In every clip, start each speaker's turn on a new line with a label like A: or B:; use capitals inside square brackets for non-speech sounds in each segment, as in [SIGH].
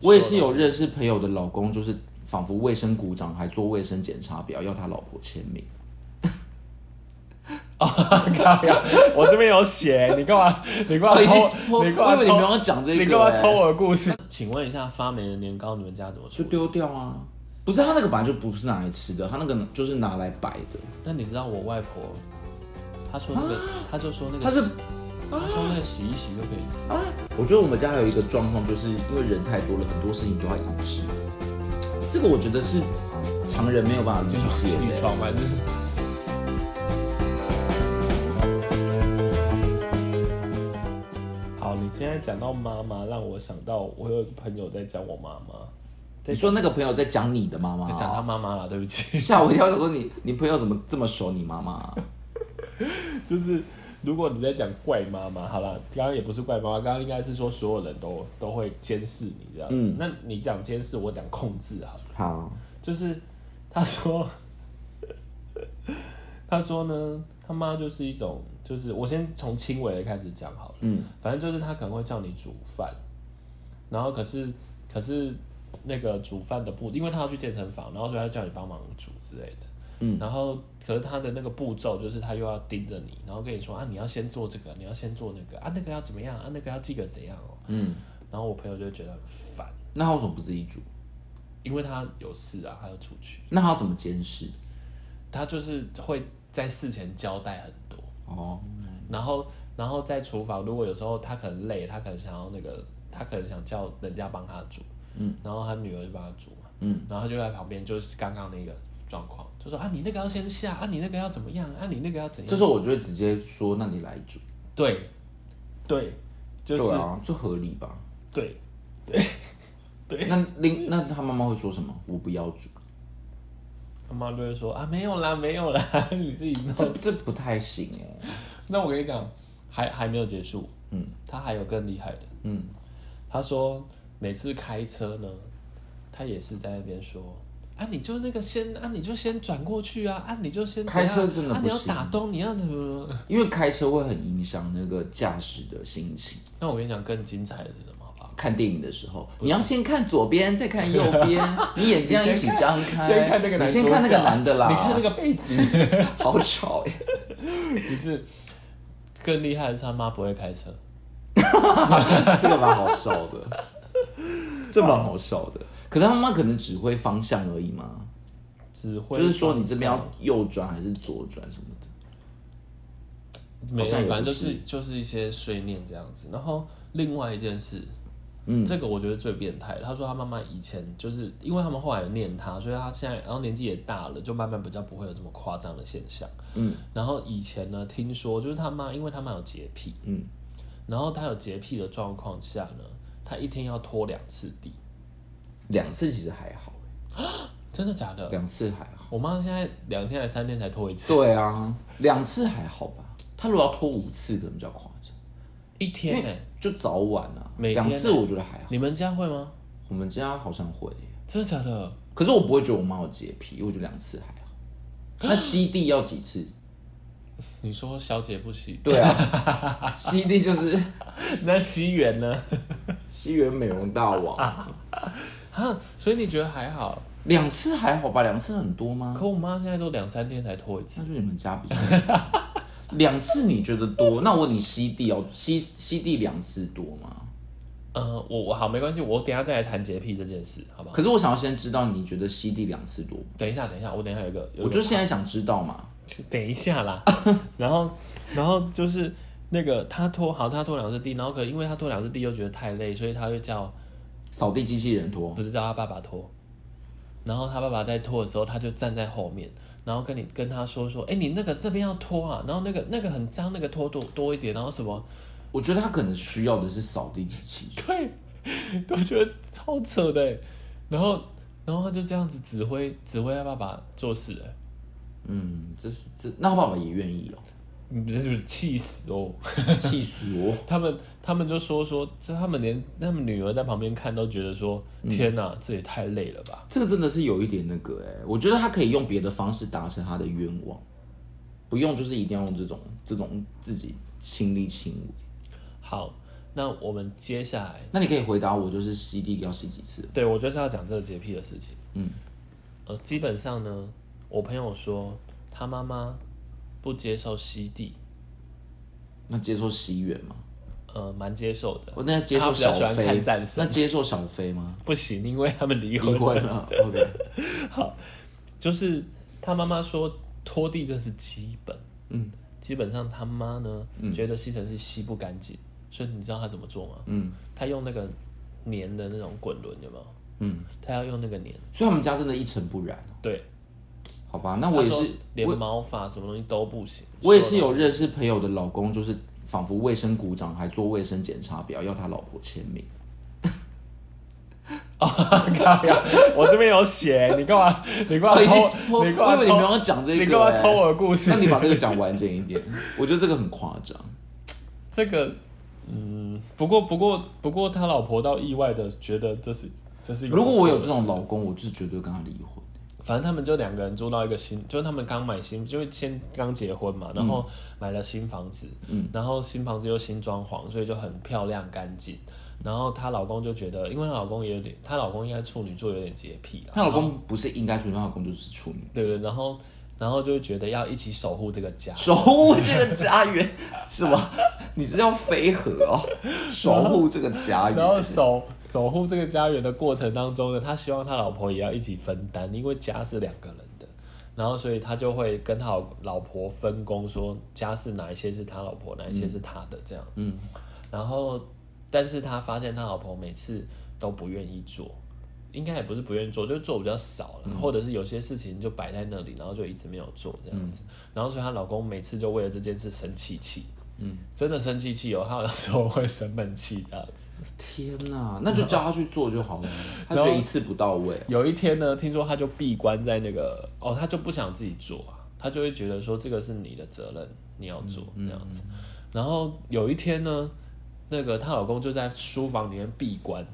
A: 我也是有认识朋友的老公，就是仿佛卫生股长，还做卫生检查表，要他老婆签名。
B: 靠呀！ [LAUGHS] 我这边有写，你干嘛？你干嘛
A: 已经
B: 偷？
A: [LAUGHS] 我
B: 你干嘛
A: 我以为你没
B: 偷？
A: 有讲这个、
B: 你干嘛
A: 欸
B: 偷我的故事？请问一下，发霉的年糕你们家怎么处
A: 就
B: 理？
A: 丢掉啊？不是，他那个本来就不是拿来吃的，他那个就是拿来摆的。
B: 但你知道我外婆，她说那个，她就说那个，
A: 他啊是
B: 她说那个洗一洗就可以吃。
A: 啊，我觉得我们家还有一个状况，就是因为人太多了，很多事情都要一致。这个我觉得是常人没有办法理
B: 就是
A: 解
B: 起
A: 的。
B: 床嘛，就是。好，你现在讲到妈妈，让我想到我有一个朋友在讲我妈妈，
A: 你说那个朋友在讲你的妈妈、
B: 在讲他妈妈了，对不起。
A: 吓我一跳，我说你你朋友怎么这么熟你妈妈啊、
B: 就是如果你在讲怪妈妈，好了，刚刚也不是怪妈妈，刚刚应该是说所有人都都会监视你这样子。
A: 嗯
B: 那你讲监视，我讲控制好了，
A: 好，
B: 就是他说， [LAUGHS] 他说呢，他妈就是一种，就是我先从轻微的开始讲好了，
A: 嗯，
B: 反正就是他可能会叫你煮饭，然后可是可是那个煮饭的步，因为他要去健身房，然后所以他叫你帮忙煮之类的。
A: 嗯
B: 然后可是他的那个步骤就是他又要盯着你，然后跟你说啊，你要先做这个，你要先做那个啊，那个要怎么样啊，那个要记得怎样哦。
A: 嗯，
B: 然后我朋友就会觉得很烦，
A: 那他为什么不自己煮？
B: 因为他有事啊，他要出去，
A: 那他要怎么监视？
B: 他就是会在事前交代很多，
A: 哦，
B: 然后然后在厨房，如果有时候他可能累，他可能想要那个，他可能想叫人家帮他煮，
A: 嗯，
B: 然后他女儿就帮他煮嘛，
A: 嗯，
B: 然后他就在旁边就是刚刚那个状况，就说啊，你那个要先下啊，你那个要怎么样啊，你那个要怎样，
A: 这时候我就会直接说，那你来煮。
B: 对，对，就是
A: 对啊，这合理吧？
B: 对，
A: 那另那他妈妈会说什么？我不要
B: [LAUGHS]
A: 煮，
B: 他妈就会说啊，没有啦，没有啦， [LAUGHS] 你自己弄。
A: 这这不太行哦。
B: 那我跟你讲，还还没有结束，
A: 嗯，
B: 他还有更厉害的，
A: 嗯，
B: 他说每次开车呢，他也是在那边说。啊，你就那个先啊，你就先转过去啊，啊，你就先怎样
A: 开车真的
B: 啊，
A: 不
B: 你要
A: 行
B: 打灯，你要怎么？
A: 因为开车会很影响那个驾驶的心情。
B: [LAUGHS] 那我跟你讲，更精彩的是什么？好不好？
A: 看电影的时候，你要先看左边，再看右
B: [LAUGHS]
A: 边，你眼睛要一起张开。
B: 先看那个男，
A: 你先看那个
B: 啊
A: 男的啦。
B: 你看那个背景，
A: 个， [LAUGHS] 好吵
B: [LAUGHS]
A: 哎、
B: 你是更厉害的是他妈不会开车，
A: 这个蛮好笑
B: [LAUGHS]
A: 的，这蛮好笑的。可是他妈妈可能只会方向而已嘛，
B: 只会
A: 就是说你这边
B: 放
A: 要
B: 手
A: 右转还是左转什么的。
B: 没有
A: 好像，也
B: 反正就
A: 不是
B: 是就是一些碎念这样子。然后另外一件事，
A: 嗯
B: 这个我觉得最变态。他说他妈妈以前就是因为他们后来有念他，所以他现在然后年纪也大了，就慢慢比较不会有这么夸张的现象。
A: 嗯
B: 然后以前呢，听说就是他妈，因为他妈有洁癖，
A: 嗯，
B: 然后他有洁癖的状况下呢，他一天要拖两次地，
A: 两次其实还好、欸
B: 真的假的？
A: 两次还好。
B: 我妈现在两天还三天才拖一次，
A: 对啊，两次还好吧？他如果要拖五次，可能比较夸张，
B: 一天呢、
A: 就早晚啊。
B: 每天
A: 两次我觉得还好。
B: 你们家会吗？
A: 我们家好像会，
B: 真的假的？
A: 可是我不会觉得我妈有洁癖，我觉得两次还好。
B: [GASPS]
A: 那吸地要几次？
B: 你说小姐不洗，
A: 对啊， [LAUGHS] 吸地就是
B: 那西元呢？
A: 西园美容大王，
B: 哈， [LAUGHS] 所以你觉得还好？
A: 两次还好吧？两次很多吗？
B: 可我妈现在都两三天才拖一次，
A: 那就你们家比较多。两次你觉得
B: [LAUGHS]
A: 多？那我问你吸地哦，吸吸地两次多吗？
B: 呃，我我好没关系，我等一下再来谈洁癖这件事，好不好？
A: 可是我想要先知道你觉得吸地两次多吗，
B: 等一下，等一下，我等一下有一个，有一
A: 我
B: 个
A: 就现在想知道嘛。
B: 等一
A: [LAUGHS]
B: 下啦。然后，然后就是那个她拖好，她拖两次地，然后可因为她拖两次地又觉得太累，所以她就叫
A: 扫地机器人拖，
B: 不是叫她爸爸拖，然后她爸爸在拖的时候，她就站在后面。然后跟你跟她说说，哎，你那个这边要拖啊，然后那个那个很脏，那个拖多多一点，然后什么，
A: 我觉得他可能需要的是扫地机器人。
B: [LAUGHS] 对，都觉得超扯的欸。然后，然后他就这样子指挥指挥他爸爸做事欸，
A: 嗯，这是这，那他爸爸也愿意
B: [LAUGHS]
A: 哦，
B: 你这就是气死哦！
A: 气死我！
B: 他们他们就说说，这他们连他们女儿在旁边看都觉得说，
A: 嗯
B: 天哪、这也太累了吧？
A: 这个真的是有一点那个哎、我觉得他可以用别的方式达成他的愿望，不用就是一定要用这种这种自己亲力亲为。
B: 好，那我们接下来，
A: 那你可以回答我，就是吸地要吸几次？
B: 对我就是要讲这个洁癖的事情。
A: 嗯，
B: 呃，基本上呢，我朋友说他妈妈不接受吸地，
A: 那接受吸远吗？
B: 呃，蛮接受的。
A: 我那接受
B: 他比较
A: 小
B: 喜欢
A: 飞
B: 看战，神
A: 那接受小飞
B: [LAUGHS]
A: 吗？
B: 不行，因为他们离
A: 离
B: 婚。
A: 婚了，OK，
B: 就是他妈妈说拖地这是基本，
A: 嗯
B: 基本上他妈呢、觉得吸尘器吸不干净，所以你知道他怎么做吗？
A: 嗯
B: 他用那个粘的那种滚轮有没有？
A: 嗯，
B: 他要用那个粘，
A: 所以他们家真的一尘不染，
B: 对。
A: 好吧？那我也
B: 他说
A: 是，
B: 连毛发什么东西都不行。
A: 我也是有认识朋友的老公，就是仿佛卫生股长，还做卫生检查表，要他老婆签名。
B: 靠呀，我 [LAUGHS] 这边有写，你干 [LAUGHS] 嘛？你干嘛
A: [LAUGHS] 我已经
B: 偷？
A: 我
B: 你
A: 我以为你没
B: 干嘛
A: 有讲
B: 偷？
A: 这个、欸，
B: 你干嘛偷我 [LAUGHS] 的故事
A: 那？你把这个讲完整一
B: [LAUGHS]
A: 点，我觉得这个很夸张。
B: 这个，嗯，不过不过不过，他老婆倒意外的觉得这是这是一个。
A: 如果我有这种，老公，我就是绝对跟他离婚。
B: 反正他们就两个人住到一个新，就是他们刚买新，就是先刚结婚嘛，然后买了新房子，
A: 嗯
B: 然后新房子又新装潢，所以就很漂亮干净。然后她老公就觉得，因为她老公也有点，她老公应该处女座有点洁癖啦
A: 她老公不是应该处女，她老公就是处女，
B: 对对，然后然后就觉得要一起守护这个家，
A: 守护这个家园 [LAUGHS] 是吗？你是要飞蛾
B: [LAUGHS]
A: 哦，守护这个家
B: 然后
A: 园。
B: 守守护这个家园的过程当中呢，他希望他老婆也要一起分担，因为家是两个人的，然后所以他就会跟他老老婆分工，说家是哪一些是他老婆，哪一些是他的这样子。
A: 嗯
B: 然后，但是他发现他老婆每次都不愿意做，应该也不是不愿意做，就是做比较少了，
A: 嗯
B: 或者是有些事情就摆在那里，然后就一直没有做这样子。然后所以她老公每次就为了这件事生气气，
A: 嗯，
B: 真的生气气哦，他有时候会生闷气这样子。
A: 天哪，那就叫她去做就好了。她觉得一次不到位，
B: 有一天呢，听说他就闭关在那个哦，他就不想自己做啊，他就会觉得说这个是你的责任，你要做
A: 嗯
B: 这样子。然后有一天呢，那个她老公就在书房里面闭关，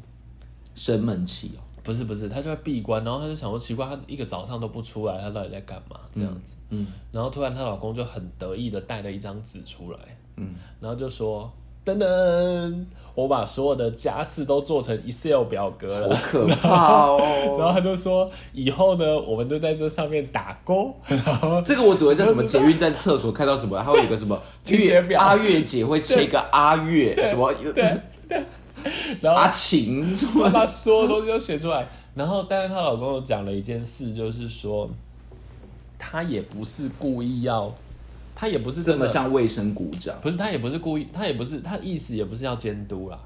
A: 生闷气
B: [LAUGHS]
A: 哦。
B: 不是不是，他就在闭关，然后他就想说奇怪，他一个早上都不出来，他到底在干嘛这样子？
A: 嗯
B: 然后突然她老公就很得意的带了一张纸出来，
A: 嗯，
B: 然后就说。噔噔，我把所有的家事都做成 Excel 表格了
A: 好，可怕
B: 然后
A: 哦。
B: [LAUGHS] 他就说，以后呢，我们就在这上面打勾，然后
A: 这个我只会在什么捷运站厕所看到什么，还有一个什么
B: [LAUGHS] 清洁表
A: 阿月姐会切一个阿月什么
B: 然后
A: 阿晴什
B: 他
A: 么，
B: 把所有东西都写出来。然后，但是她老公有讲了一件事，就是说，他也不是故意要，他也不是
A: 这
B: 真
A: 么
B: 的，
A: 像卫生鼓掌，
B: 不是他也不是故意，他也不是他意思也不是要监督啦，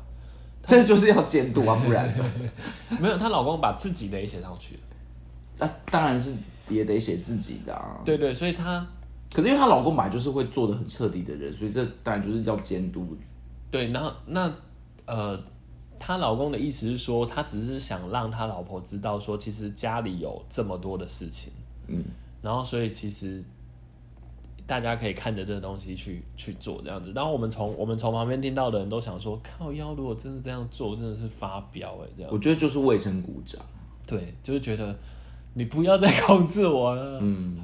A: 这就是要监督啊，不然
B: 没有，她老公把自己的也写上去了，
A: 那、当然是也得写自己的啊。
B: 对对，所以她
A: 可是因为她老公本来就是会做的很彻底的人，所以这当然就是要监督。
B: 对，然后那呃，她老公的意思是说，他只是想让他老婆知道说，其实家里有这么多的事情，
A: 嗯，
B: 然后所以其实大家可以看着这个东西去去做这样子。然后我们从我们从旁边听到的人都想说，靠腰，如果真是这样做，真的是发飙哎、这样
A: 我觉得就是卫生鼓掌。
B: 对，就是觉得你不要再控制我了，
A: 嗯，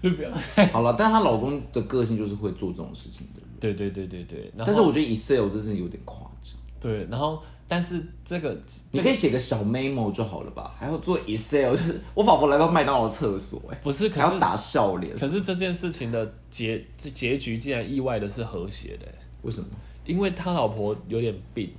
B: 就不要。
A: 好了，但她老公的个性就是会做这种事情的人，
B: 对对对对对，然
A: 但是
B: 后
A: 我觉得 Excel 真是有点夸张。
B: 对，然后但是这个
A: 你可以写个小 memo 就好了吧，还要做 Excel，就是 [LAUGHS] 我仿佛来到麦当劳厕所、欸，
B: 不是，可
A: 还
B: 是
A: 要打笑脸，
B: 可是这件事情的结这结局竟然意外的是和谐的欸，
A: 为什么？
B: 因为他老婆有点病，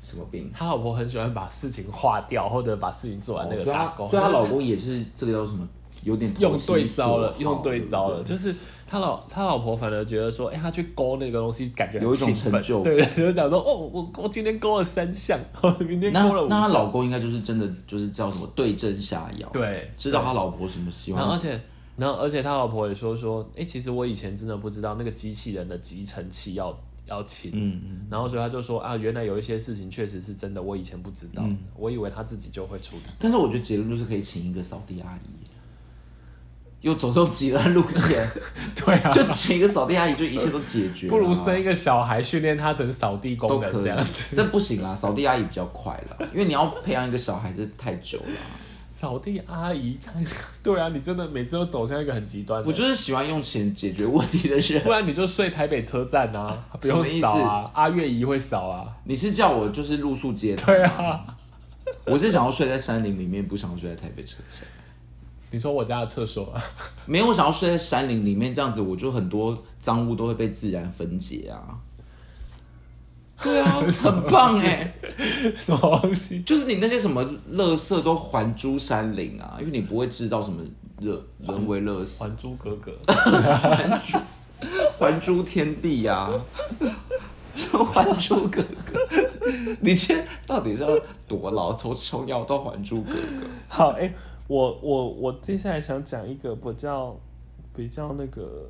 A: 什么病？
B: 他老婆很喜欢把事情化掉，或者把事情做完那
A: 哦
B: 个
A: 所以她
B: 打勾，
A: 所以她老公也是这个叫什么？有点投
B: 用
A: 其
B: 对招了，
A: 所好
B: 用对招了，
A: 不
B: 就是他老他老婆反而觉得说，哎、他去勾那个东西，感觉很
A: 有一种
B: 兴奋
A: 成就感
B: 对， [LAUGHS] 就讲说，哦，我我今天勾了三项， [LAUGHS] 明天
A: 那
B: 勾了五
A: 那她
B: 项，
A: 老公应该就是真的就是叫什么对症下药，，
B: 对，
A: 知道他老婆什么喜
B: 然后而
A: 欢，
B: 且，然后而且他老婆也说说，哎、其实我以前真的不知道那个机器人的集成器要要请，
A: 嗯嗯，
B: 然后所以他就说啊，原来有一些事情确实是真的，我以前不知道
A: 嗯
B: 的，我以为他自己就会处理。
A: 但是我觉得结论就是可以请一个扫地阿姨，又走这种极端路
B: [LAUGHS]
A: 线，
B: 对啊，
A: 就请一个扫地阿姨，就一切都解决了啊，
B: 不如生一个小孩，训练他成扫地
A: 都
B: 工人
A: 可
B: 这
A: 以
B: 样子。，
A: 这不行啦，扫地阿姨比较快啦，因为你要培养一个小孩子太久了啊。
B: 扫地阿姨，对啊，你真的每次都走向一个很极端的。
A: 我就是喜欢用钱解决问题的人。
B: 不然你就睡台北车站
A: [LAUGHS]
B: 啊，不用
A: 什么意思
B: 扫啊，阿月姨会扫啊。
A: 你是叫我就是露宿街头？
B: 对啊，
A: 我是想要睡在山林里面，不想睡在台北车站。
B: 你说我家的厕所啊， [LAUGHS]
A: 没有，我想要睡在山林里面，这样子我就很多脏物都会被自然分解
B: [LAUGHS]
A: 啊。对啊，很棒哎、
B: 什么东西？
A: 就是你那些什么垃圾都还诸山林啊，因为你不会制造什么热人为垃圾
B: 《还珠格格》
A: [LAUGHS] 还珠天地啊呀、就还珠格格。 [LAUGHS] 你今天到底是要多老？从琼瑶到还珠格格，
B: 好，哎、我我我接下来想讲一个比较比较那个，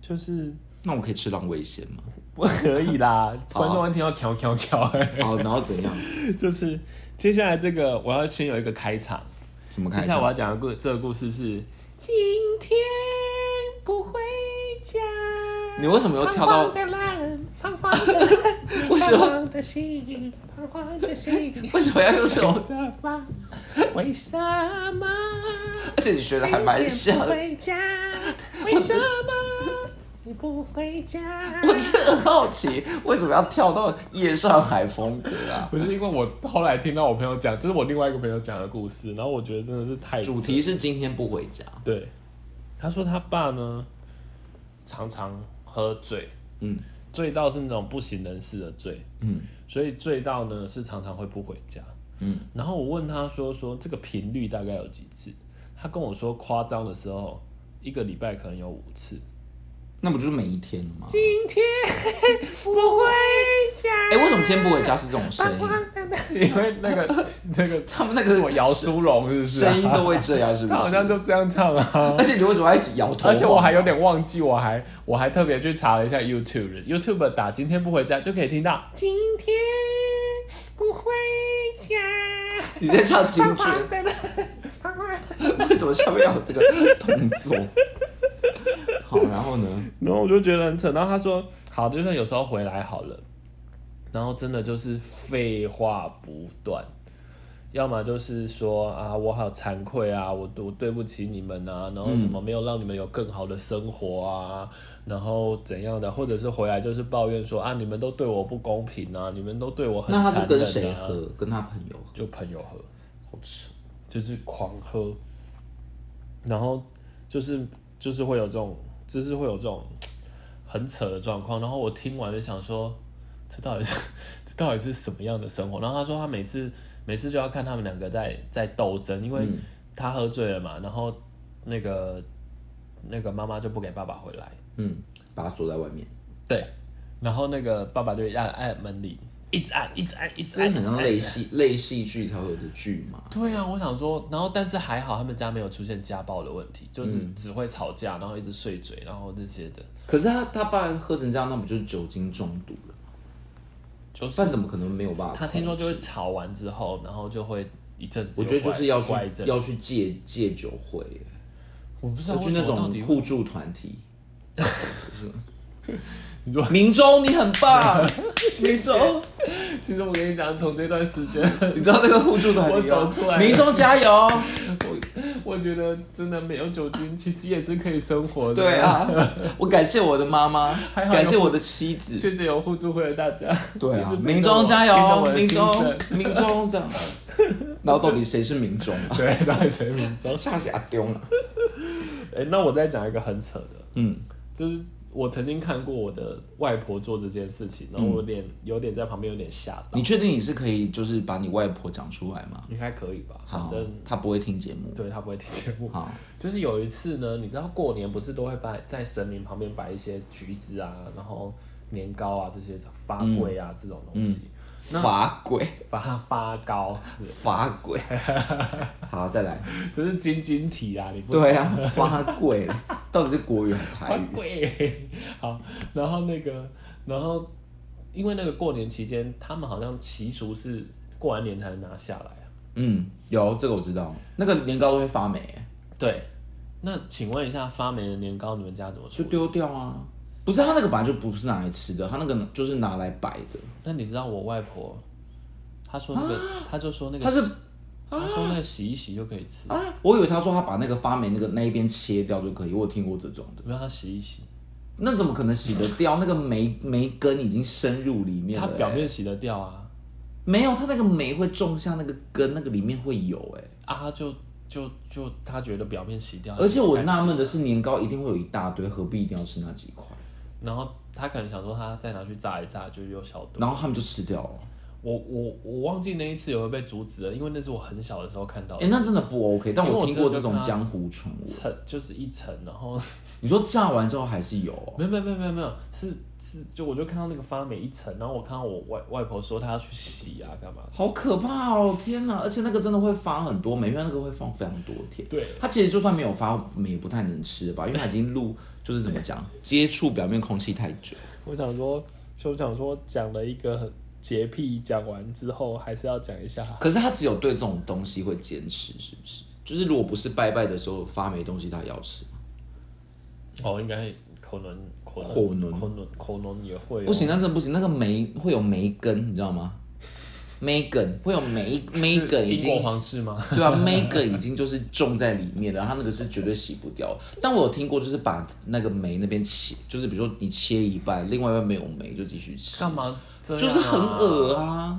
B: 就是
A: 那我可以吃浪味仙 [LAUGHS] 吗？
B: 不可以啦，
A: 好啊
B: 观众会听到跳跳跳，哎
A: 好，哦然后怎样？
B: [LAUGHS] 就是接下来这个我要先有一个开场，
A: 怎么
B: 接
A: 看一
B: 下来我
A: 下？
B: 要讲的故这个故事是今天不回家。
A: 你为什么又跳到？
C: 的烂，彷徨的烂，
A: 为什
C: 彷
A: 么？
C: 徨的心，彷徨的心，
A: 为什么要用这种 [LAUGHS]
C: 为？什么？为什么？
A: 而且你学的还 [LAUGHS] 蛮像
C: 今天。不回家，为什么你不回家？
A: 我真的很好奇，为什么要跳到夜上海风格啊？
B: 不是因为我后来听到我朋友讲，这是我另外一个朋友讲的故事，然后我觉得真的是太
A: 主
B: 扯
A: 题是今天不回家。
B: 对，他说他爸呢常常喝醉，
A: 嗯
B: 醉到是那种不省人事的醉，
A: 嗯
B: 所以醉到呢是常常会不回家。
A: 嗯，
B: 然后我问他说说这个频率大概有几次，他跟我说夸张的时候一个礼拜可能有五次。
A: 那不就是每一天吗？
C: 今天不回家。
A: 哎、为什么今天不回家是这种声
C: 彷
A: 音
C: 徨？
B: [LAUGHS]
C: 的烂，
B: 因为那 [LAUGHS] 个那个
A: 他们那个
B: 我摇苏龙是不是、啊
A: 声音都会这样，是不
B: [LAUGHS] 他
A: 是？
B: 好像就这样唱啊。 [LAUGHS]
A: 而且你为什么要一直摇头？啊
B: 而且我还有点忘记，我还我还特别去查了一下 YouTube，YouTube 打今天不回家就可以听到
C: 今天不回
A: [LAUGHS]
C: 家。
A: 你在唱京
C: 彷
A: 剧，
C: 徨的烂，彷徨。
A: 为什么下面要有这个动
B: [LAUGHS]
A: 作？好，然后呢？
B: 然后我就觉得很扯。然后他说：“好，就算有时候回来好了。”然后真的就是废话不断，要么就是说啊，我好惭愧啊，我我对不起你们啊，然后什
A: 嗯
B: 么没有让你们有更好的生活啊，然后怎样的，或者是回来就是抱怨说啊，你们都对我不公平啊，你们都对我很
A: 那他是
B: 残忍
A: 跟谁
B: 啊，
A: 喝？跟他朋友喝？
B: 就朋友喝。
A: 好吃。
B: 就是狂喝，然后就是就是会有这种，就是会有这种很扯的状况。然后我听完就想说，这到底是 [LAUGHS] 这到底是什么样的生活？然后他说他每次每次就要看他们两个在在斗争，因
A: 嗯
B: 为他喝醉了嘛，然后那个那个妈妈就不给爸爸回来，
A: 嗯，把他锁在外面，
B: 对，然后那个爸爸就按按门铃，一直按，一直按，一直
A: 这
B: 按，
A: 很
B: 一直
A: 像
B: 按
A: 类戏类戏剧才会有的剧嘛。
B: 对啊，我想说，然后但是还好他们家没有出现家暴的问题，就是
A: 嗯
B: 只会吵架，然后一直碎嘴，然后这些的，
A: 可是他他爸喝成这样，那不就是酒精中毒了吗？
B: 就
A: 不
B: 是
A: 然怎么可能没有办法？
B: 他听说就会，吵完之后，然后就会一阵子
A: 我
B: 又
A: 觉得就
B: 乖
A: 是要
B: 乖一
A: 去
B: 阵，
A: 要去戒戒酒会，啊
B: 我不知道
A: 要去
B: 为什
A: 那
B: 么到
A: 种
B: 底会
A: 互助团体。
B: 你说，
A: 明州， [LAUGHS] 你很棒，明州。
B: [LAUGHS] 其实我跟你讲，从这段时间， [LAUGHS]
A: 你知道那个互助团体
B: 我
A: 哦
B: 走出来，了
A: 民众加油！
B: 我觉得真的没有酒精，其实也是可以生活的。
A: [LAUGHS] 对，啊，我感谢我的妈妈，
B: 还好有
A: 感谢我的妻子。
B: 谢谢有互助会的大家。
A: 对啊
B: [LAUGHS] 一直，陪
A: 民
B: 着我
A: 众加
B: 听到
A: 油！
B: 我的
A: 民
B: 心
A: 众
B: 声，
A: 民众 [LAUGHS] 这样。然后到底谁是民众啊？
B: [LAUGHS] 对，到底谁民众？
A: 下下丢了。
B: 哎、那我再讲一个很扯的，
A: 嗯，
B: 就是我曾经看过我的外婆做这件事情，然后我有点、有点在旁边有点吓到。
A: 你确定你是可以就是把你外婆讲出来吗？
B: 应该可以吧？反
A: 好
B: 正，
A: 她不会听节目。
B: 对他不会听节目。
A: 好，
B: 就是有一次呢，你知道过年不是都会摆在神明旁边摆一些橘子啊，然后年糕啊这些发粿
A: 嗯
B: 啊、这种东西，
A: 罚跪，
B: 发发糕，对
A: 罚跪。 [LAUGHS] 好，再来。
B: 这是晶晶体啊，你不
A: 对啊， [LAUGHS] 罚跪，到底是国语还是台
B: 发
A: 语？
B: 粿。 [LAUGHS] 好，然后那个，然后因为那个过年期间，他们好像习俗是过完年才能拿下来啊。
A: 嗯，有这个我知道，那个年糕都会发霉、
B: 对，那请问一下，发霉的年糕你们家怎么处
A: 就
B: 理？
A: 丢掉啊。不是，他那个本来就不是拿来吃的，他那个就是拿来摆的。
B: 那你知道我外婆，她说那个，她就说那个，
A: 啊他是
B: 他说那个洗一洗就可以吃，
A: 啊，我以为他说他把那个发霉那个那一边切掉就可以，我有听过这种的。
B: 没有他洗一洗，
A: 那怎么可能洗得掉？那个霉霉根已经深入里面
B: 他
A: 了、
B: 表
A: 欸
B: 面洗得掉啊，
A: 没有，它那个霉会种下那个根，那个里面会有哎、
B: 啊就就就他觉得表面洗掉，
A: 而且我
B: 啊干净啊
A: 纳闷的是，年糕一定会有一大堆，何必一定要吃那几块？
B: 然后他可能想说他再拿去炸一炸就又消毒。
A: 然后他们就吃掉了。
B: 我我我忘记那一次有没有被阻止了，因为那是我很小的时候看到
A: 哎、
B: 的，
A: 那真的不 OK。但
B: 因为
A: 我
B: 我
A: 听
B: 真
A: 过
B: 的啊
A: 这
B: 跟
A: 种
B: 他
A: 江湖传闻，
B: 层就是一层，然后
A: 你说炸完之后还是有、哦，
B: 没有没有没有没有没有，是是就我就看到那个发霉一层，然后我看到我外外婆说她要去洗啊干嘛，
A: 好可怕哦！天哪，而且那个真的会发很多霉，因为那个会放非常多天。
B: 对，
A: 它其实就算没有发霉，也不太能吃吧，因为它已经入就是怎么讲，接触表面空气太久。
B: 我想说就想说讲了一个洁癖，讲完之后还是要讲一下，
A: 可是他只有对这种东西会坚持，是不是？就是如果不是拜拜的时候发霉东西，他也要吃。
B: 哦应该可能可能
A: 可能
B: 可能可能也会、哦、
A: 不行，那真的不行。那个霉会有霉根，你知道吗？霉根会有霉霉
B: [LAUGHS] 是
A: 根已
B: 英国
A: 经
B: 皇室吗？ [LAUGHS]
A: 对啊，霉梗已经就是种在里面了，它那个是绝对洗不掉。但我有听过，就是把那个霉那边切，就是比如说你切一半，另外一半没有霉就继续吃，
B: 干嘛这
A: 就
B: 样、
A: 是很恶啊！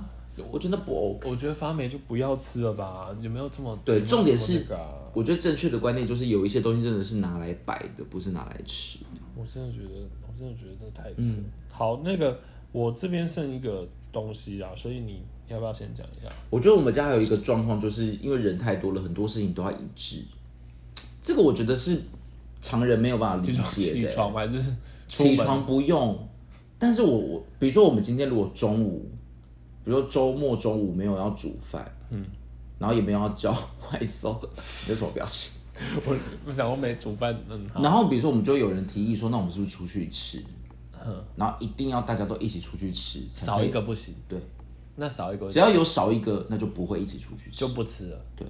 A: 我觉得不 OK。
B: 我觉得发霉就不要吃了吧，有没有这么
A: 对
B: 有没有
A: 重点
B: 这么
A: 是
B: 那个啊
A: 我觉得正确的观念就是有一些东西真的是拿来摆的，不是拿来吃的。
B: 我真的觉得，我真的觉得太扯。好，那个我这边剩一个东西啦，所以你要不要先讲一下？
A: 我觉得我们家还有一个状况，就是因为人太多了，很多事情都要一致。这个我觉得是常人没有办法理
B: 你说
A: 解
B: 起
A: 的、
B: 床吗？就是出
A: 起
B: 门 [LAUGHS]
A: 床不用，但是我我比如说我们今天如果中午，比如说周末中午没有要煮饭，嗯，然后也没有要叫外送， [LAUGHS] 你有什么表情？
B: 我我想我没煮饭，嗯，好，
A: 然后比如说我们就有人提议说，那我们是不是出去吃？然后一定要大家都一起出去吃，才
B: 嗯少
A: 可以
B: 一个不行，
A: 对，
B: 那少一个
A: 只要有少一个，那就不会一起出去吃
B: 就。不吃了。
A: 对，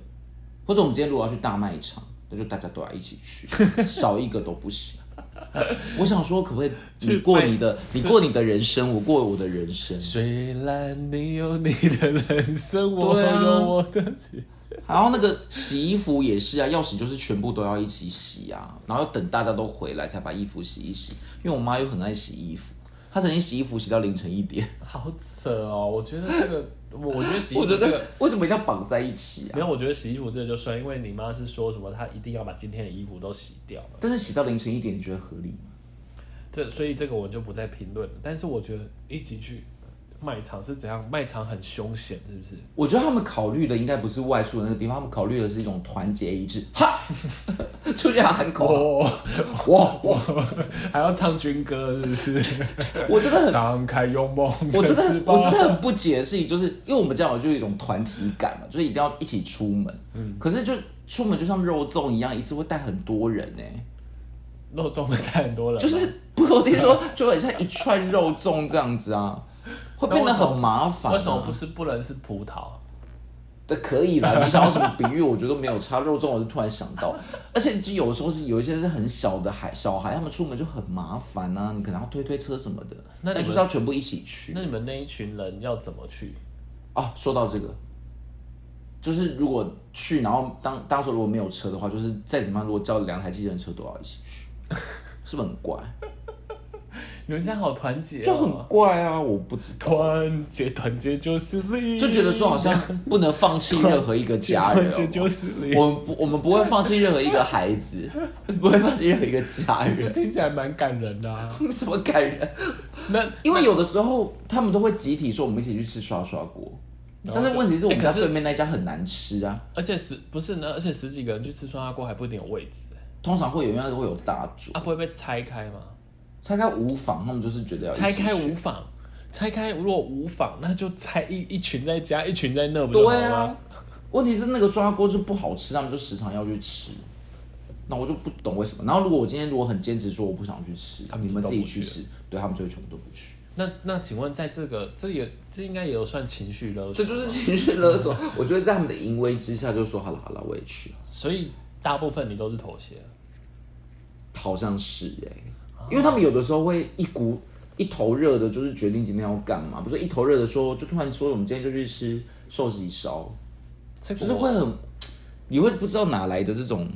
A: 或者我们今天如果要去大卖场，那就大家都要一起
B: [LAUGHS]
A: 去，少一个都不行。我想说，可不可以你
B: 去
A: 过
B: 卖
A: 你
B: [LAUGHS]
A: 的，你过你的人生，我过我的人生。
B: 虽然你有你的人生，我
A: 对啊
B: 有我的情。
A: 然后那个洗衣服也是啊，要洗就是全部都要一起洗啊，然后要等大家都回来才把衣服洗一洗。因为我妈又很爱洗衣服，她曾经洗衣服洗到凌晨一点。
B: 好扯哦！我觉得这个，我我觉得洗
A: [LAUGHS]
B: 衣
A: 我
B: 服
A: 觉
B: 这个
A: 得 [LAUGHS] 为什么一定要绑在一起啊
B: 没？有，我觉得洗衣服这个就算，因为你妈是说什么，她一定要把今天的衣服都洗掉嘛。
A: 但是洗到凌晨一点，你觉得合理吗？
B: 这所以这个我就不再评论了。但是我觉得一起去卖场是怎样？卖场很凶险，是不是？
A: 我觉得他们考虑的应该不是外宿的那个地方，他们考虑的是一种团结一致。哈， [LAUGHS] 就这样喊口号。
B: 哦，
A: 哇，
B: 我 [LAUGHS] 还要唱军歌，是
A: [LAUGHS]
B: 不是？
A: 我真的很，
B: 张开勇猛
A: 我
B: 的
A: 真的
B: 翅
A: 很，我真
B: 膀。
A: 的很不解的事情，就是因为我们这样，我就有一种团体感嘛，就是一定要一起出门。嗯，可是就出门就像肉粽一样，一次会带很多人呢、
B: 肉粽会太多了，
A: 就是不我听说就很像一串肉粽这样子啊，会变得很麻烦、啊。
B: 为什么不是不能是葡萄？啊
A: 对，可以啦。你想要什么比喻，我觉得没有差。肉粽我就突然想到，而且就有时候是有一些是很小的孩小孩，他们出门就很麻烦啊，你可能要推推车什么的，
B: 那
A: 但
B: 你们
A: 就是要全部一起去。
B: 那你们那一群人要怎么去？
A: 哦，说到这个，就是如果去，然后当当时如果没有车的话，就是再怎么样，如果叫两台计程车都要一起去，是不是很怪？
B: 你们这样好团结、
A: [LAUGHS] 就很
B: 哦，
A: 怪啊！我不知道，
B: 团结，团结就是力，
A: 就觉得说好像不能放弃任何一个家 [LAUGHS] 人
B: 团结
A: 哦。
B: 就是力。
A: 我们不，我们不会放弃任何一个孩子， [LAUGHS] 不会放弃任何一个家
B: 这
A: 人。
B: 听起来蛮感人的、啊。
A: 什么感人？
B: 那
A: 因为有的时候他们都会集体说我们一起去吃刷刷锅，
B: 然后
A: 但是
B: 就
A: 问题是我们
B: 哎
A: 家
B: 可是
A: 对面那家很难吃啊，
B: 而且十不是呢，而且十几个人去吃酸辣锅还不一定有位置、
A: 通常会有那个会有大桌，
B: 啊，不会被拆开吗？
A: 拆开无妨，他们就是觉得要啊一起
B: 拆开
A: 去
B: 无妨，拆开如果无妨，那就拆一 [LAUGHS] 一群在家，一群在那，不就好
A: 对
B: 了
A: 啊
B: 吗？，
A: 问题是那个刷锅就不好吃，他们就时常要去吃。那我就不懂为什么。然后如果我今天如果很坚持说我不想去吃，
B: 他们
A: 你
B: 就
A: 们自己去
B: 都不去
A: 吃，对他们就会全部都不去。
B: 那那请问，在这个这也这应该也有算情绪勒
A: 这
B: 索，
A: 就是情绪勒索。我觉得在他们的淫威之下，就说好了好了，我也去了，
B: 所以大部分你都是妥协。
A: 好像是哎、因为他们有的时候会一股一头热的，就是决定今天要干嘛，不是一头热的说，就突然说我们今天就去吃寿喜烧，
B: 这
A: 就是
B: 个
A: 会
B: 我
A: 很，你会不知道哪来的这种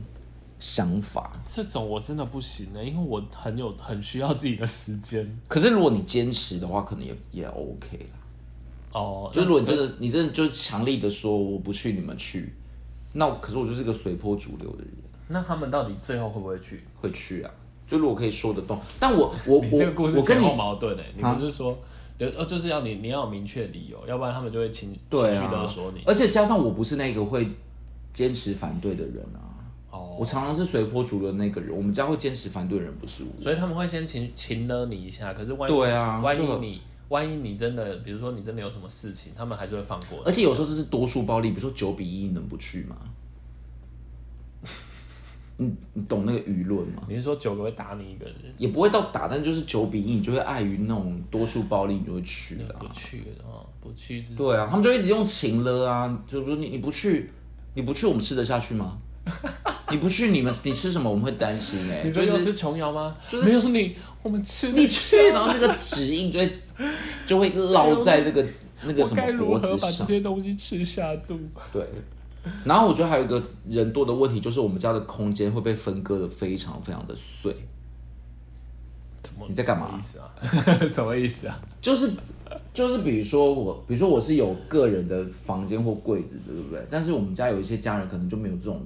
A: 想法。
B: 这种我真的不行欸的、因为我很有很需要自己的时间
A: 可是如果你坚持的话，可能也也 OK 啦。
B: 哦。
A: 就是
B: 那
A: 如果你真的你真的就强力的说我不去，你们去，那我可是我就是个随波逐流的人，
B: 那他们到底最后会不会去？
A: 会去啊。就如果可以说得动，但我我
B: 你这个故
A: 我
B: 事
A: 我跟
B: 前
A: 你
B: 后矛盾哎、你
A: 啊
B: 不是说，对哦，就是要你你要有明确理由，要不然他们就会情
A: 对
B: 情绪勒
A: 啊
B: 索你，。
A: 而且加上我不是那个会坚持反对的人啊，
B: 哦
A: 我，常常是随波逐流的那个人。我们家会坚持反对的人不是我。
B: 所以他们会先情情勒你一下，可是万一
A: 对啊，
B: 万一
A: 就很
B: 你万一你真的，比如说你真的有什么事情，他们还是会放过
A: 而
B: 你。
A: 且有时候这是多数暴力，比如说九比一，你能不去吗？ [LAUGHS] 你你懂那个舆论吗？
B: 你是说九个会打你一个人，
A: 也不会到打，但就是九比一，你就会碍于那种多数暴力，你就会去的、
B: 不
A: 啊。
B: 去了哦，不去是
A: 对啊，他们就一直用情了啊，就比如说你你不去，你不去我们吃得下去吗？ [LAUGHS] 你不去你们你吃什么我们会担心哎、
B: [LAUGHS] 你
A: 就
B: 说又
A: 是
B: 是琼瑶吗？
A: 就是
B: 没有是你，我们吃得
A: 你
B: 下
A: 去，然后那个指印就会就会烙在那个那个
B: 我
A: 什
B: 该
A: 么
B: 如
A: 脖
B: 何
A: 子
B: 把这
A: 上。
B: 些东西吃下肚？
A: 对。然后我觉得还有一个人多的问题，就是我们家的空间会被分割的非常非常的碎。
B: 怎么
A: 你在干嘛
B: 什么意思啊？ [LAUGHS] 什么意思啊？
A: 就是就是，比如说我，比如说我是有个人的房间或柜子的，对不对？但是我们家有一些家人可能就没有这种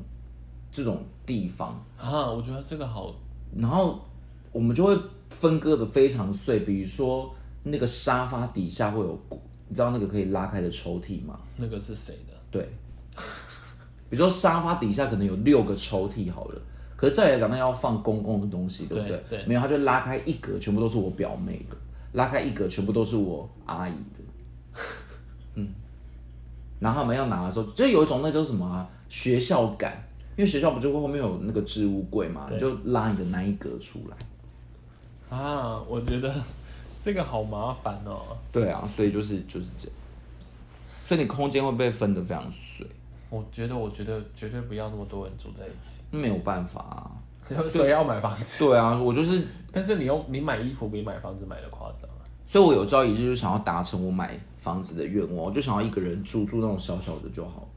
A: 这种地方，
B: 啊，我觉得这个好，
A: 然后我们就会分割的非常碎。比如说那个沙发底下会有，你知道那个可以拉开的抽屉吗？
B: 那个是谁的？
A: 对， [LAUGHS] 比如说沙发底下可能有六个抽屉好了，可是照理来讲，那要放公共的东西，对不对？
B: 对对
A: 没有，他就拉开一格，全部都是我表妹的；拉开一格，全部都是我阿姨的。嗯，然后他们要拿的时候，就有一种那叫什么、啊、学校感，因为学校不就会后面有那个置物柜嘛，
B: 对
A: 你就拉你的那一格出来。
B: 啊，我觉得这个好麻烦哦。
A: 对啊，所以就是就是这样，所以你空间会被分得非常碎，
B: 我觉得，我觉得绝对不要那么多人住在一起，
A: 没有办法啊。
B: 所以要买房子。
A: 对啊，我就是
B: 但是你用你买衣服比买房子买的夸张 [LAUGHS] 啊。
A: 所以我有朝一日就是想要达成我买房子的愿望，我就想要一个人住住那种小小的就好了。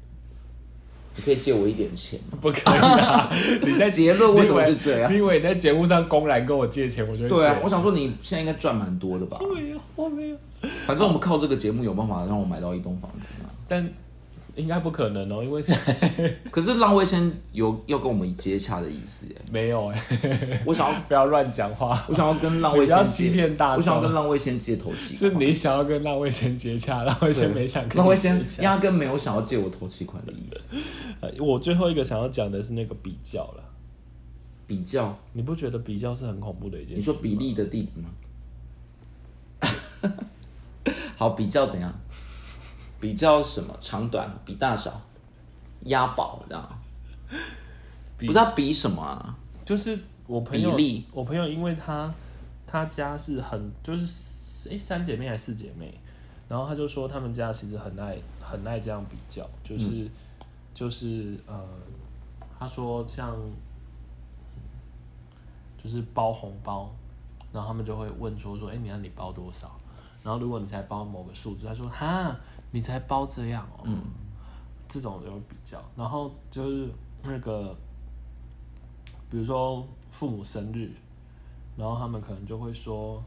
A: 你可以借我一点钱吗？
B: 不可以啊！你在
A: 结论为什么是这样
B: 你以为你在节目上公然跟我借钱，我就会
A: 对啊
B: 借，
A: 我想说你现在应该赚蛮多的吧？
B: 没有，我没有。
A: 反正我们靠这个节目有办法让我买到一栋房子嘛。
B: 但应该不可能哦，因为现在
A: [LAUGHS] 可是浪味先有要跟我们接洽的意思 [LAUGHS] 耶，
B: 没有哎，
A: 我想要
B: [LAUGHS] 不要乱讲话。
A: 我想要跟浪味 [LAUGHS]
B: 你不要
A: 先
B: 欺
A: 接
B: 骗大众
A: 我想要跟浪味先接头期款。
B: [LAUGHS] 是你想要跟浪味仙接洽，浪味仙没 [LAUGHS] 想跟
A: 浪味
B: 你
A: 先
B: 接洽。
A: 压根没有想要借我头期款的意思。
B: 呃我最后一个想要讲的是那个比较了，
A: 比较，
B: 你不觉得比较是很恐怖的一件事？
A: 你说比，利的弟弟吗？ [LAUGHS] 好，比较怎样？比较什么长短？比大小？押宝这样？
B: 比
A: 不知道比什么啊？
B: 就是我朋友
A: 比例，
B: 我朋友因为他他家是很就是诶、三姐妹还是四姐妹，然后他就说他们家其实很爱很爱这样比较，就是、
A: 嗯
B: 就是呃，他说像就是包红包，然后他们就会问说说，哎、你看你包多少？然后如果你才包某个数字，他说哈，你才包这样哦、
A: 嗯
B: 这种就会比较。然后就是那个，比如说父母生日，然后他们可能就会说，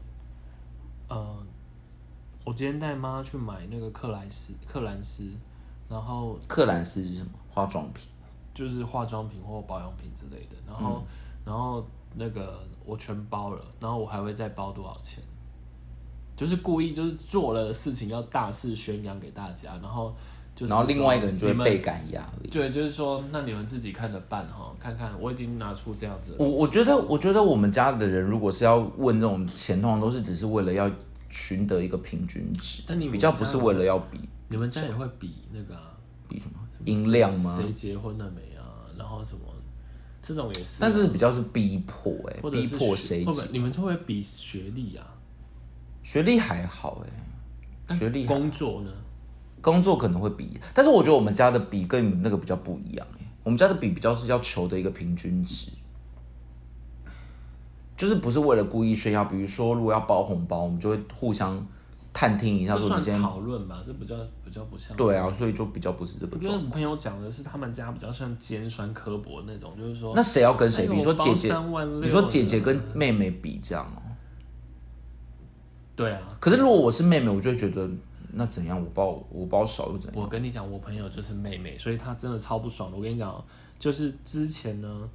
B: 呃，我今天带妈去买那个克莱斯克兰斯，然后
A: 克兰斯是什么？化妆品？
B: 就是化妆品或保养品之类的，然
A: 嗯
B: 后、然后那个我全包了，然后我还会再包多少钱？就是故意就是做了事情要大肆宣扬给大家，然后就是
A: 然后另外一个人就
B: 你
A: 会
B: 们
A: 倍感压力。
B: 对，就是说那你们自己看着办哈，看看我已经拿出这样子
A: 我
B: 了，
A: 我觉得，我觉得我们家的人如果是要问这种钱，通常都是只是为了要寻得一个平均值，
B: 但你们
A: 比较不是为了要比
B: 你们家也会比那个、啊、
A: 比什么
B: 什么
A: 音量吗
B: 谁？谁结婚了没啊？然后什么这种也是啊、
A: 但是比较是逼迫哎、
B: 或者
A: 逼
B: 是
A: 迫
B: 学
A: 谁
B: 会不
A: 结
B: 会你们就会比学历啊，
A: 学历还好哎、学历还
B: 嗯工作呢？
A: 工作可能会比，但是我觉得我们家的比跟你们那个比较不一样哎、我们家的比比较是要求的一个平均值，就是不是为了故意炫耀。比如说，如果要包红包，我们就会互相探听一下
B: 这
A: 说你
B: 算
A: 今天
B: 讨论吧，这比较比较不像。
A: 对啊，所以就比较不是这个
B: 我觉
A: 状
B: 得我
A: 况。
B: 朋友讲的是他们家比较像尖酸刻薄那种，就是说
A: 那谁要跟谁比？
B: 哎
A: 你
B: 呦
A: 说姐姐
B: 包三万六，
A: 你说姐姐跟妹妹比这样哦、
B: 对啊。
A: 可是如果我是妹妹，我就会觉得那怎样？我包我包少又怎
B: 我
A: 样？
B: 跟你讲，我朋友就是妹妹，所以她真的超不爽的。我跟你讲哦，就是之前呢，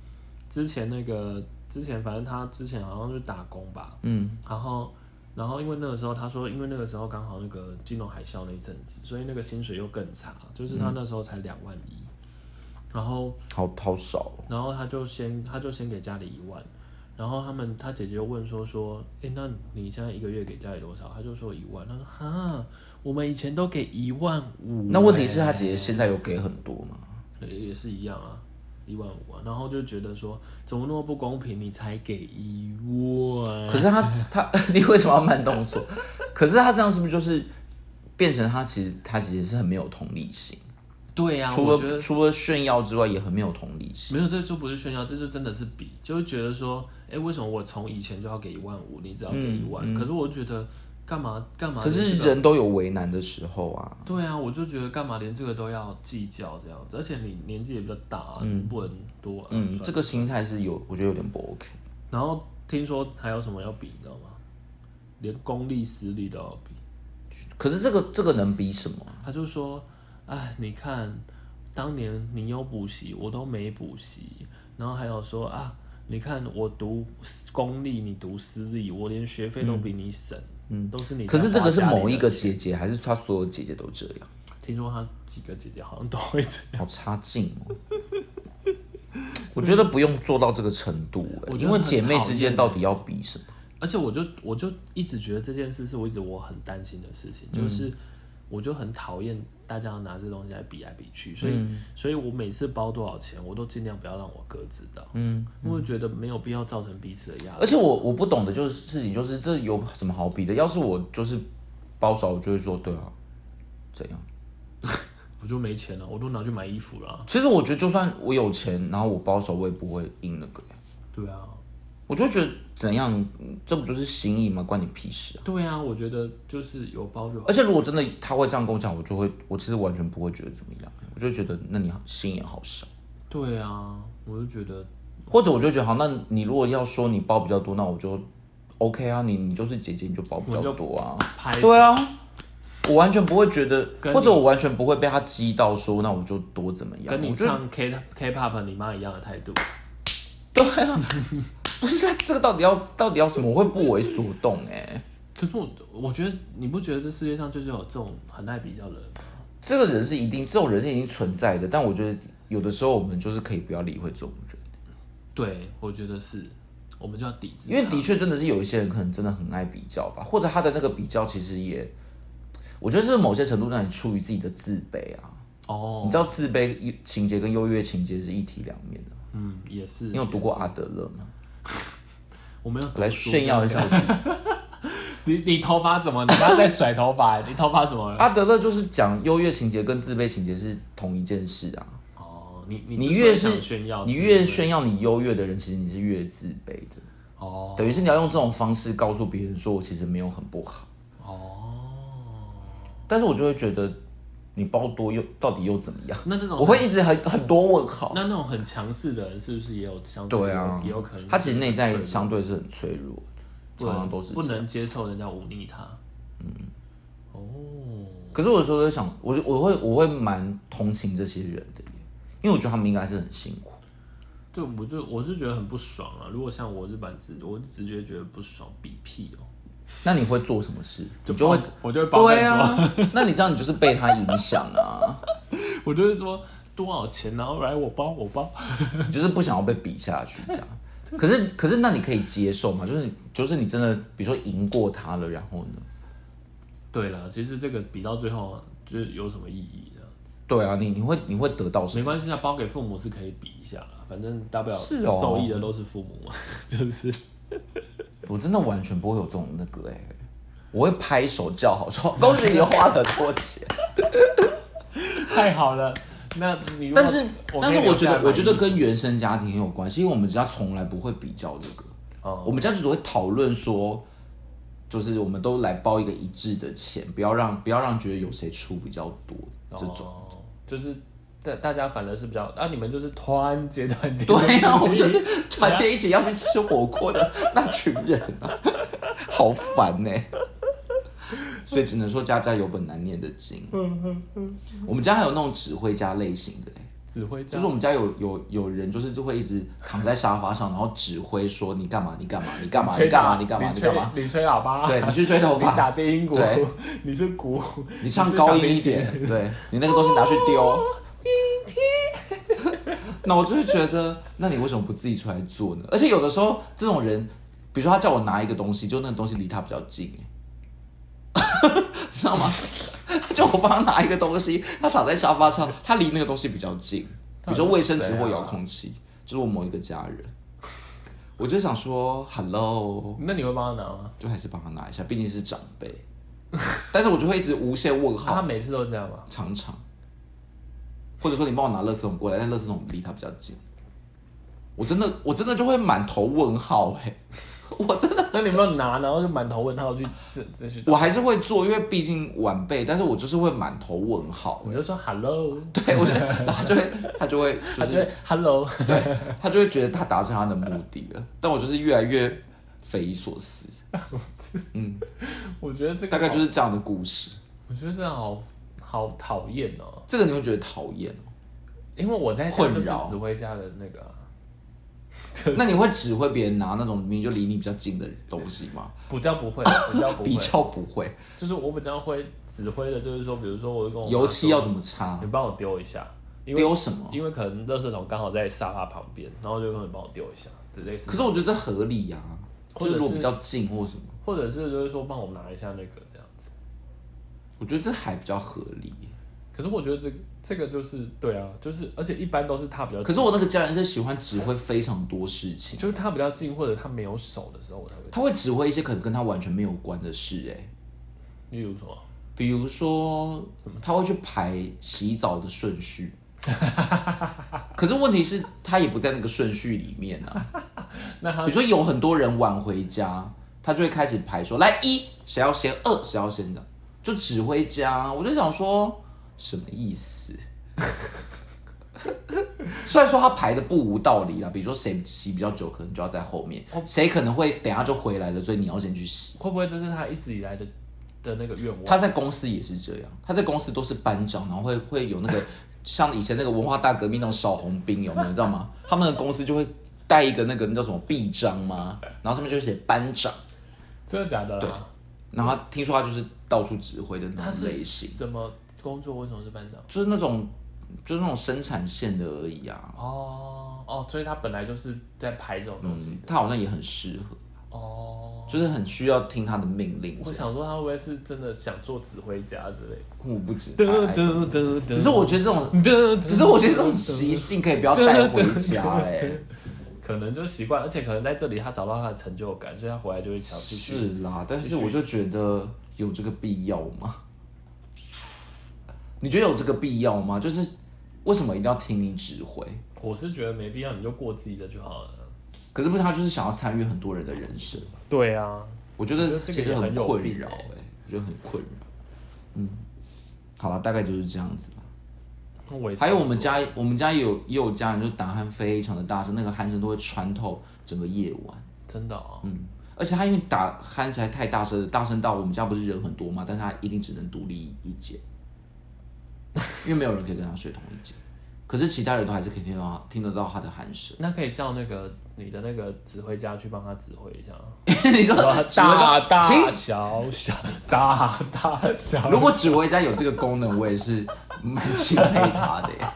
B: 之前那个之前反正她之前好像是打工吧，
A: 嗯，
B: 然后然后因为那个时候她说，因为那个时候刚好那个金融海啸那一阵子，所以那个薪水又更差，就是
A: 嗯
B: 她那时候才两万一、然后
A: 好好少哦、
B: 然后他就先他就先给家里一万，然后他们他姐姐又问说说，哎，那你现在一个月给家里多少？他就说一万，他说哈，我们以前都给一万五、
A: 嗯那问题是
B: 欸
A: 他姐姐现在有给很多吗？
B: 也也是一样啊，一万五啊，然后就觉得说怎么那么不公平，你才给一万，
A: 可是
B: [LAUGHS]
A: 他他你为什么要慢动作？可是他这样是不是就是变成他其实他其实是很没有同理心，
B: 对啊，
A: 除
B: 我觉
A: 了
B: 得
A: 除了炫耀之外也很没有同理心。
B: 没有，这就不是炫耀，这就真的是比，就是觉得说，哎，为什么我从以前就要给一万五，你只要给一万？可是我觉得干嘛干嘛、
A: 可是人都有为难的时候啊，
B: 对啊，我就觉得干嘛连这个都要计较这样子，而且你年纪也比较大、嗯、不能多、啊。
A: 嗯，
B: 算
A: 这个心态是有，我觉得有点不 OK。
B: 然后听说还有什么要比，你知道吗？连公立私立都要比。
A: 可是这个这个能比什么？啊
B: 他就说：“哎，你看，当年你有补习，我都没补习。然后还有说啊，你看我读公立，你读私立，我连学费都比你省，嗯，都是你。”
A: 可是这个是某一个
B: 姐，
A: 姐姐，还是她所有姐姐都这样？
B: 听说他几个姐姐好像都会这样。 [LAUGHS]
A: 好差劲哦！我觉得不用做到这个程度、欸，
B: 我觉得
A: 因为
B: 很
A: 姐妹
B: 讨
A: 之
B: 厌
A: 间到
B: 欸
A: 底要比什么？
B: 而且我就我就一直觉得这件事是我一直我很担心的事情，
A: 嗯
B: 就是我就很讨厌大家拿这东西来比来比去，所以、
A: 嗯
B: 所以我每次包多少钱，我都尽量不要让我哥知道，嗯，因为觉得没有必要造成彼此的压
A: 而
B: 力。
A: 且我我不懂的就是事情，就是这有什么好比的？要是我就是包少，我就会说对啊，怎样？
B: 我就没钱了，我都拿去买衣服了啊。
A: 其实我觉得就算我有钱，然后我包少，我也不会硬那个欸、
B: 对啊，
A: 我就觉得怎样，嗯这不就是心意吗？关你屁事啊！
B: 对啊，我觉得就是有包就好。
A: 而且如果真的他会这样跟我讲，我就会，我其实完全不会觉得怎么样，我就觉得那你心眼好小，
B: 对啊，我就觉得
A: 或者我就觉得好，那你如果要说你包比较多，那我就 OK 啊，你你就是姐姐，你就包比较多啊，
B: 拍
A: 对啊，我完全不会觉得，
B: 跟你
A: 或者我完全不会被他激到说那我就多怎么样，
B: 跟你
A: 我觉得
B: 唱 K K-pop 你妈一样的态度。
A: 不是他这个到底要到底要什么，我会不为所动哎、
B: 可是我我觉得你不觉得这世界上就是有这种很爱比较的人吗？
A: 这个人是一定，这种人是已经存在的，但我觉得有的时候我们就是可以不要理会这种人。
B: 对，我觉得是，我们就要抵制
A: 因
B: 它，
A: 为的确真的是有一些人可能真的很爱比较吧，或者他的那个比较其实也，我觉得是某些程度上也出于自己的自卑啊。
B: 哦
A: 你，知道自卑情节跟优越情节是一体两面的。
B: 嗯，也是。
A: 你有读过
B: 也是？
A: 阿德勒吗？
B: 我没有读
A: 我来
B: 书
A: 炫耀一。下
B: 不要，你你头发怎么？你不要再甩头发，欸你头发怎么了？
A: 阿啊德勒就是讲优越情节跟自卑情节是同一件事啊。
B: 哦，你你
A: 你
B: 之所以
A: 越是
B: 想炫耀，
A: 你
B: 是因
A: 越
B: 为
A: 炫耀你优越的人，其实你是越自卑的。
B: 哦
A: 等于是你要用这种方式告诉别人说，我其实没有很不好。
B: 哦，
A: 但是我就会觉得，你包多又到底又怎么样？
B: 那这种
A: 我会一直很很多问号。
B: 那那种很强势的人，是不是也有相
A: 对啊，
B: 也有可能？
A: 他其实内在相对是很脆弱的，
B: 不
A: 常
B: 能
A: 常都是
B: 不
A: 这样。
B: 能接受人家忤逆他。嗯，哦，
A: 可是我有时候在想，我我会我会蛮同情这些人的耶，因为我觉得他们应该是很辛苦。
B: 对，我就我是觉得很不爽啊。如果像我日本直，我直觉觉得不爽，比屁哦、
A: 那你会做什么事？你就会
B: 包我就会包
A: 对
B: 更多，
A: 啊， [LAUGHS] 那你这样你就是被他影响啊，
B: 我就会说多少钱，然后来我包我包。
A: 你就是不想要被比下去这样。可是可是那你可以接受吗？就是就是你真的比如说赢过他了，然后呢？
B: 对了，其实这个比到最后就是有什么意义呢？
A: 对啊，你你会你会得到什
B: 没
A: 么？
B: 关系啊，包给父母是可以比一下啦，反正大不了
A: 是哦
B: 受益的都是父母嘛， [LAUGHS] 就是
A: 我真的完全不会有这种那个哎、我会拍手叫好
B: [LAUGHS]
A: 说恭喜你花了多钱。
B: 太好了。那你如果
A: 但是，
B: 可以
A: 但是我
B: 留
A: 觉
B: 下来
A: 得，我觉得
B: 买
A: 跟原生家庭很有关系，因为我们家从来不会比较这个，
B: 哦
A: 我们家就只会讨论说，就是我们都来包一个一致的钱，不要让不要让觉得有谁出比较多这种。
B: 哦就是大大家反而是比较啊，你们就是团结团结，
A: 对
B: [LAUGHS]
A: 呀、我们就是团结一起要去吃火锅的 [LAUGHS] 那群人啊，好烦呢、所以只能说家家有本难念的经。
C: [LAUGHS]
A: 我们家还有那种指挥家类型的、欸，
B: 指挥家
A: 就是我们家有有有人就是就会一直躺在沙发上，然后指挥说你干嘛你干嘛你干嘛
B: 吹
A: 你干嘛
B: 喇
A: 你干嘛
B: 你
A: 你
B: 吹
A: 干嘛，
B: 你吹喇叭，
A: 对你去吹头
B: [LAUGHS] 你打
A: 发，
B: 低音鼓
A: 对，
B: 你是鼓，
A: 你唱高音一
B: 你是小提
A: 点
B: 琴，
A: 对你那个东西拿去
B: 哦
A: 丢。
B: [LAUGHS]
A: 那我就会觉得，那你为什么不自己出来做呢？而且有的时候这种人，比如说他叫我拿一个东西，就那个东西离他比较近， [LAUGHS] 哎知道吗？他叫我帮他拿一个东西，他躺在沙发上，他离那个东西比较近，比如说卫生纸或遥控器，就是我某一个家人，我就想说，hello，
B: [LAUGHS] 那你会帮他拿吗？
A: 就还是帮他拿一下，毕竟是长辈。但是我就会一直无限问号
B: 啊，他，每次都这样吗？
A: 常常，或者说你帮我拿垃圾桶过来，但垃圾桶离他比较近，我真的我真的就会满头问号哎、 [LAUGHS] 我真的
B: 那你有没有拿，然后就满头问号去咨咨询？
A: 我还是会做，因为毕竟晚辈，但是我就是会满头问号 [LAUGHS]
B: 我
A: 哎、
B: 就说 hello，
A: 对，我就然后就会他就会就
B: 他就是会 hello， [LAUGHS]
A: 对他就会觉得他达成他的目的了，但我就是越来越匪夷所思，嗯，
B: 我觉得这个
A: 大概就
B: 好，
A: 是这样的故事。
B: 我觉得这样好好讨厌哦，
A: 这个你会觉得讨厌哦，
B: 因为我在家就是
A: 困扰
B: 指挥家的那个啊，就是
A: 那你会指挥别人拿那种明明就离你比较近的东西吗？
B: 比较不会，比较不
A: [LAUGHS]
B: 会
A: 比，较不会。
B: 就是我比较会指挥的，就是说，比如说我跟我妈
A: 油漆要
B: 说
A: 怎么擦
B: 你？帮我丢一下，因为
A: 丢什么？
B: 因为可能垃圾桶刚好在沙发旁边，然后就可能帮我丢一下，之类似。
A: 可是我觉得这合理呀、啊，
B: 或
A: 就是
B: 者是
A: 如果比较近或什么，
B: 或者是就是说帮我拿一下那个这样子。
A: 我觉得这还比较合理。
B: 可是我觉得这个这个就是对啊，就是而且一般都是他比较近，
A: 可是我那个家人是喜欢指挥非常多事情，
B: 就是他比较近或者他没有手的时候，我才会。
A: 他会指挥一些可能跟他完全没有关的事、哎，
B: 例如什么？
A: 比如说他会去排洗澡的顺
B: [LAUGHS]
A: 序。可是问题是，他也不在那个顺序里面啊。
B: [LAUGHS] 那他
A: 比如说，有很多人晚回家，他就会开始排说，来一谁要先，二谁要先这样，就指挥家。我就想说，什么意思？ [LAUGHS] 虽然说他排的不无道理啦，比如说谁洗比较久，可能就要在后面，
B: 哦
A: 谁可能会等一下就回来了，所以你要先去洗。
B: 会不会这是他一直以来的的那个愿望？
A: 他在公司也是这样，他在公司都是班长，然后会会有那个 [LAUGHS] 像以前那个文化大革命那种小红兵有没有，你知道吗？ [LAUGHS] 他们的公司就会带一个那个那叫什么臂章吗？然后上面就写班长，
B: 真的假的啦？
A: 然后他听说他就是到处指挥的那
B: 他
A: 种
B: 是
A: 类型，
B: 什么工作？为什么是班长？
A: 就是那种就是那种生产线的而已啊。
B: 哦哦，所以他本来就是在排这种东西
A: 嗯，他好像也很适合，
B: 哦。
A: 就是很需要听他的命令这
B: 我
A: 样。
B: 想说他会不会是真的想做指挥家之类的？
A: 我不知
B: 噔
A: 道，哎
B: 噔噔
A: 只是我觉得这种，
B: 噔，
A: 只是我觉得这种习性可以不要带回家哎、
B: 可能就习惯，而且可能在这里他找到他的成就感，所以他回来就会想继续。
A: 是啦，但是我就觉得有这个必要吗？ [LAUGHS] 你觉得有这个必要吗？就是为什么一定要听你指挥？
B: 我是觉得没必要，你就过自己的就好了。
A: 可是不是他就是想要参与很多人的人生？
B: 对啊，
A: 我觉
B: 我觉得
A: 得
B: 这个
A: 其实
B: 也很有
A: 困
B: 病
A: 扰
B: 欸
A: 哎、我觉得很困扰。嗯，好了，大概就是这样子了。
B: 那我也
A: 还有我们家，我们家也有也有家人就打鼾非常的大声，那个鼾声都会穿透整个夜晚。
B: 真的哦，
A: 嗯，而且他因为打鼾实在太大声了，大声到我们家不是人很多嘛，但是他一定只能独立一间，因为没有人可以跟他睡同一间。可是其他人都还是可以听到他听得到他的鼾声。
B: 那可以叫那个你的那个指挥家去帮他指挥一下啊。
A: 你说指挥家
B: 大大
A: 停
B: 小小，大大小。
A: 如果指挥家有这个功能，我也是蛮钦佩他的耶。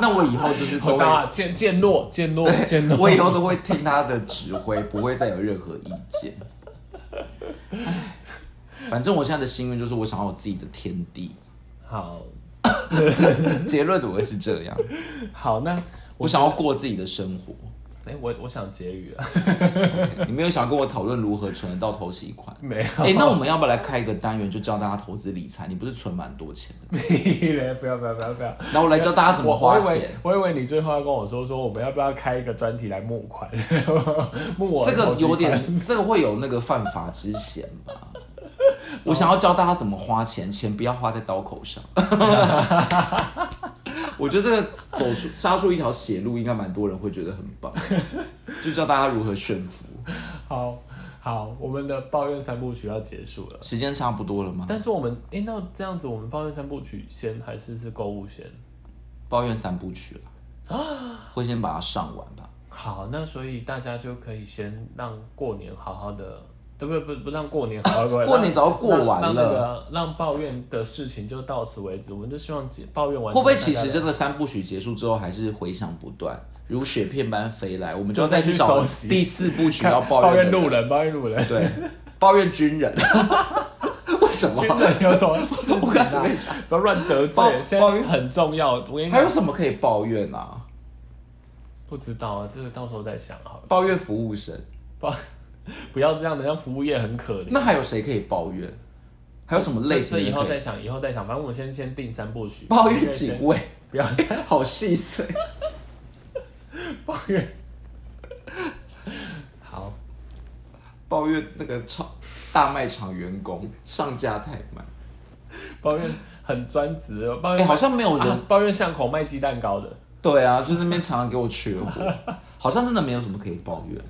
A: 那我以后就是都会，
B: 大渐渐落渐落渐 [LAUGHS] 落，
A: 我以后都会听他的指挥，不会再有任何意见。唉反正我现在的心愿就是我想要我自己的天地。
B: 好
A: 结论怎么会是这样？
B: 好那 [LAUGHS]
A: 我想要过自己的生活，
B: 哎、我我想结语啊， [LAUGHS]
A: 你没有想跟我讨论如何存得到头期款？
B: 没有， [LAUGHS]
A: 哎、那我们要不要来开一个单元，就教大家投资理财？你不是存蛮多钱的，
B: 屁嘞，不要不要不要不要，
A: 然后我来哎教大家怎么
B: 我
A: 花
B: 我以为
A: 钱。
B: 我以为你最后要跟我说说，我们要不要开一个专题来募款， [LAUGHS] 募我的
A: 这个
B: 投资
A: 有
B: 款
A: 点，这个会有那个犯法之嫌
B: [LAUGHS]
A: 吧？我想要教大家怎么花钱，钱不要花在刀口
B: [LAUGHS]
A: 上。我觉得这个走出杀出一条血路，应该蛮多人会觉得很棒，就教大家如何炫富。
B: 好好，我们的抱怨三部曲要结束了。
A: 时间差不多了吗？
B: 但是我们，哎、那这样子，我们抱怨三部曲先还是是购物先？
A: 抱怨三部曲了，会先把它上完吧。
B: 好，那所以大家就可以先让过年好好的，对不不不让过年好
A: [LAUGHS]
B: 好地
A: 过年早就过完了
B: 让让那个让抱怨的事情就到此为止。我们就希望解抱怨
A: 会
B: 完
A: 不
B: 之后
A: 会
B: 大家
A: 其实
B: 来
A: 真的三部曲结束之后，还是回响不断，如雪片般飞来？我们就要
B: [LAUGHS] 就再
A: 再
B: 去
A: 去找
B: 收集
A: 第四部曲
B: 看
A: 要
B: 抱
A: 怨的
B: 路人，抱怨
A: [LAUGHS]
B: 路人，
A: 对，抱怨军人， [LAUGHS] 为什
B: 军
A: 么？
B: 人有什么事情啊？
A: 我告诉你
B: 不要乱得
A: 抱
B: 罪，现在
A: 抱怨
B: 很重要。我跟你
A: 还有
B: 讲，
A: 什么可以抱怨啊？
B: 不知道啊，这个到时候再想好了。 [LAUGHS]
A: 抱怨服务生，
B: 抱不要这样的，像服务业很可怜。
A: 那还有谁可以抱怨？还有什么类型
B: 这以
A: 的
B: 后
A: 可
B: 再
A: 以？
B: 想，以后再想。反正我们先先定三部曲。
A: 抱怨警卫，
B: 不要再
A: 好细碎。
B: 抱怨。 [LAUGHS] 好，
A: 抱怨那个超大卖场员工上架太慢，
B: 抱怨很专职，抱
A: 哎、
B: 怨、
A: 好像没有人、
B: 啊抱怨巷口卖鸡蛋糕的。
A: 对啊，就那边常常给我缺货， [LAUGHS] 好像真的没有什么可以抱怨。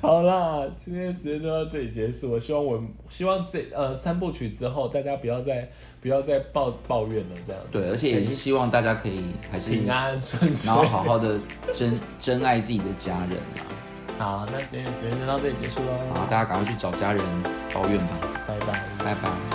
B: 好啦，今天的时间就到这里结束了。希望我希望这呃三部曲之后，大家不要再不要再抱抱怨了，这样子
A: 对，而且也是希望大家可以还是
B: 平安顺遂。
A: 然后好好的珍珍爱自己的家人啊，
B: 好，那今天的时间就到这里结束喽，
A: 好，大家赶快去找家人抱怨吧，
B: 拜拜。
A: 拜拜。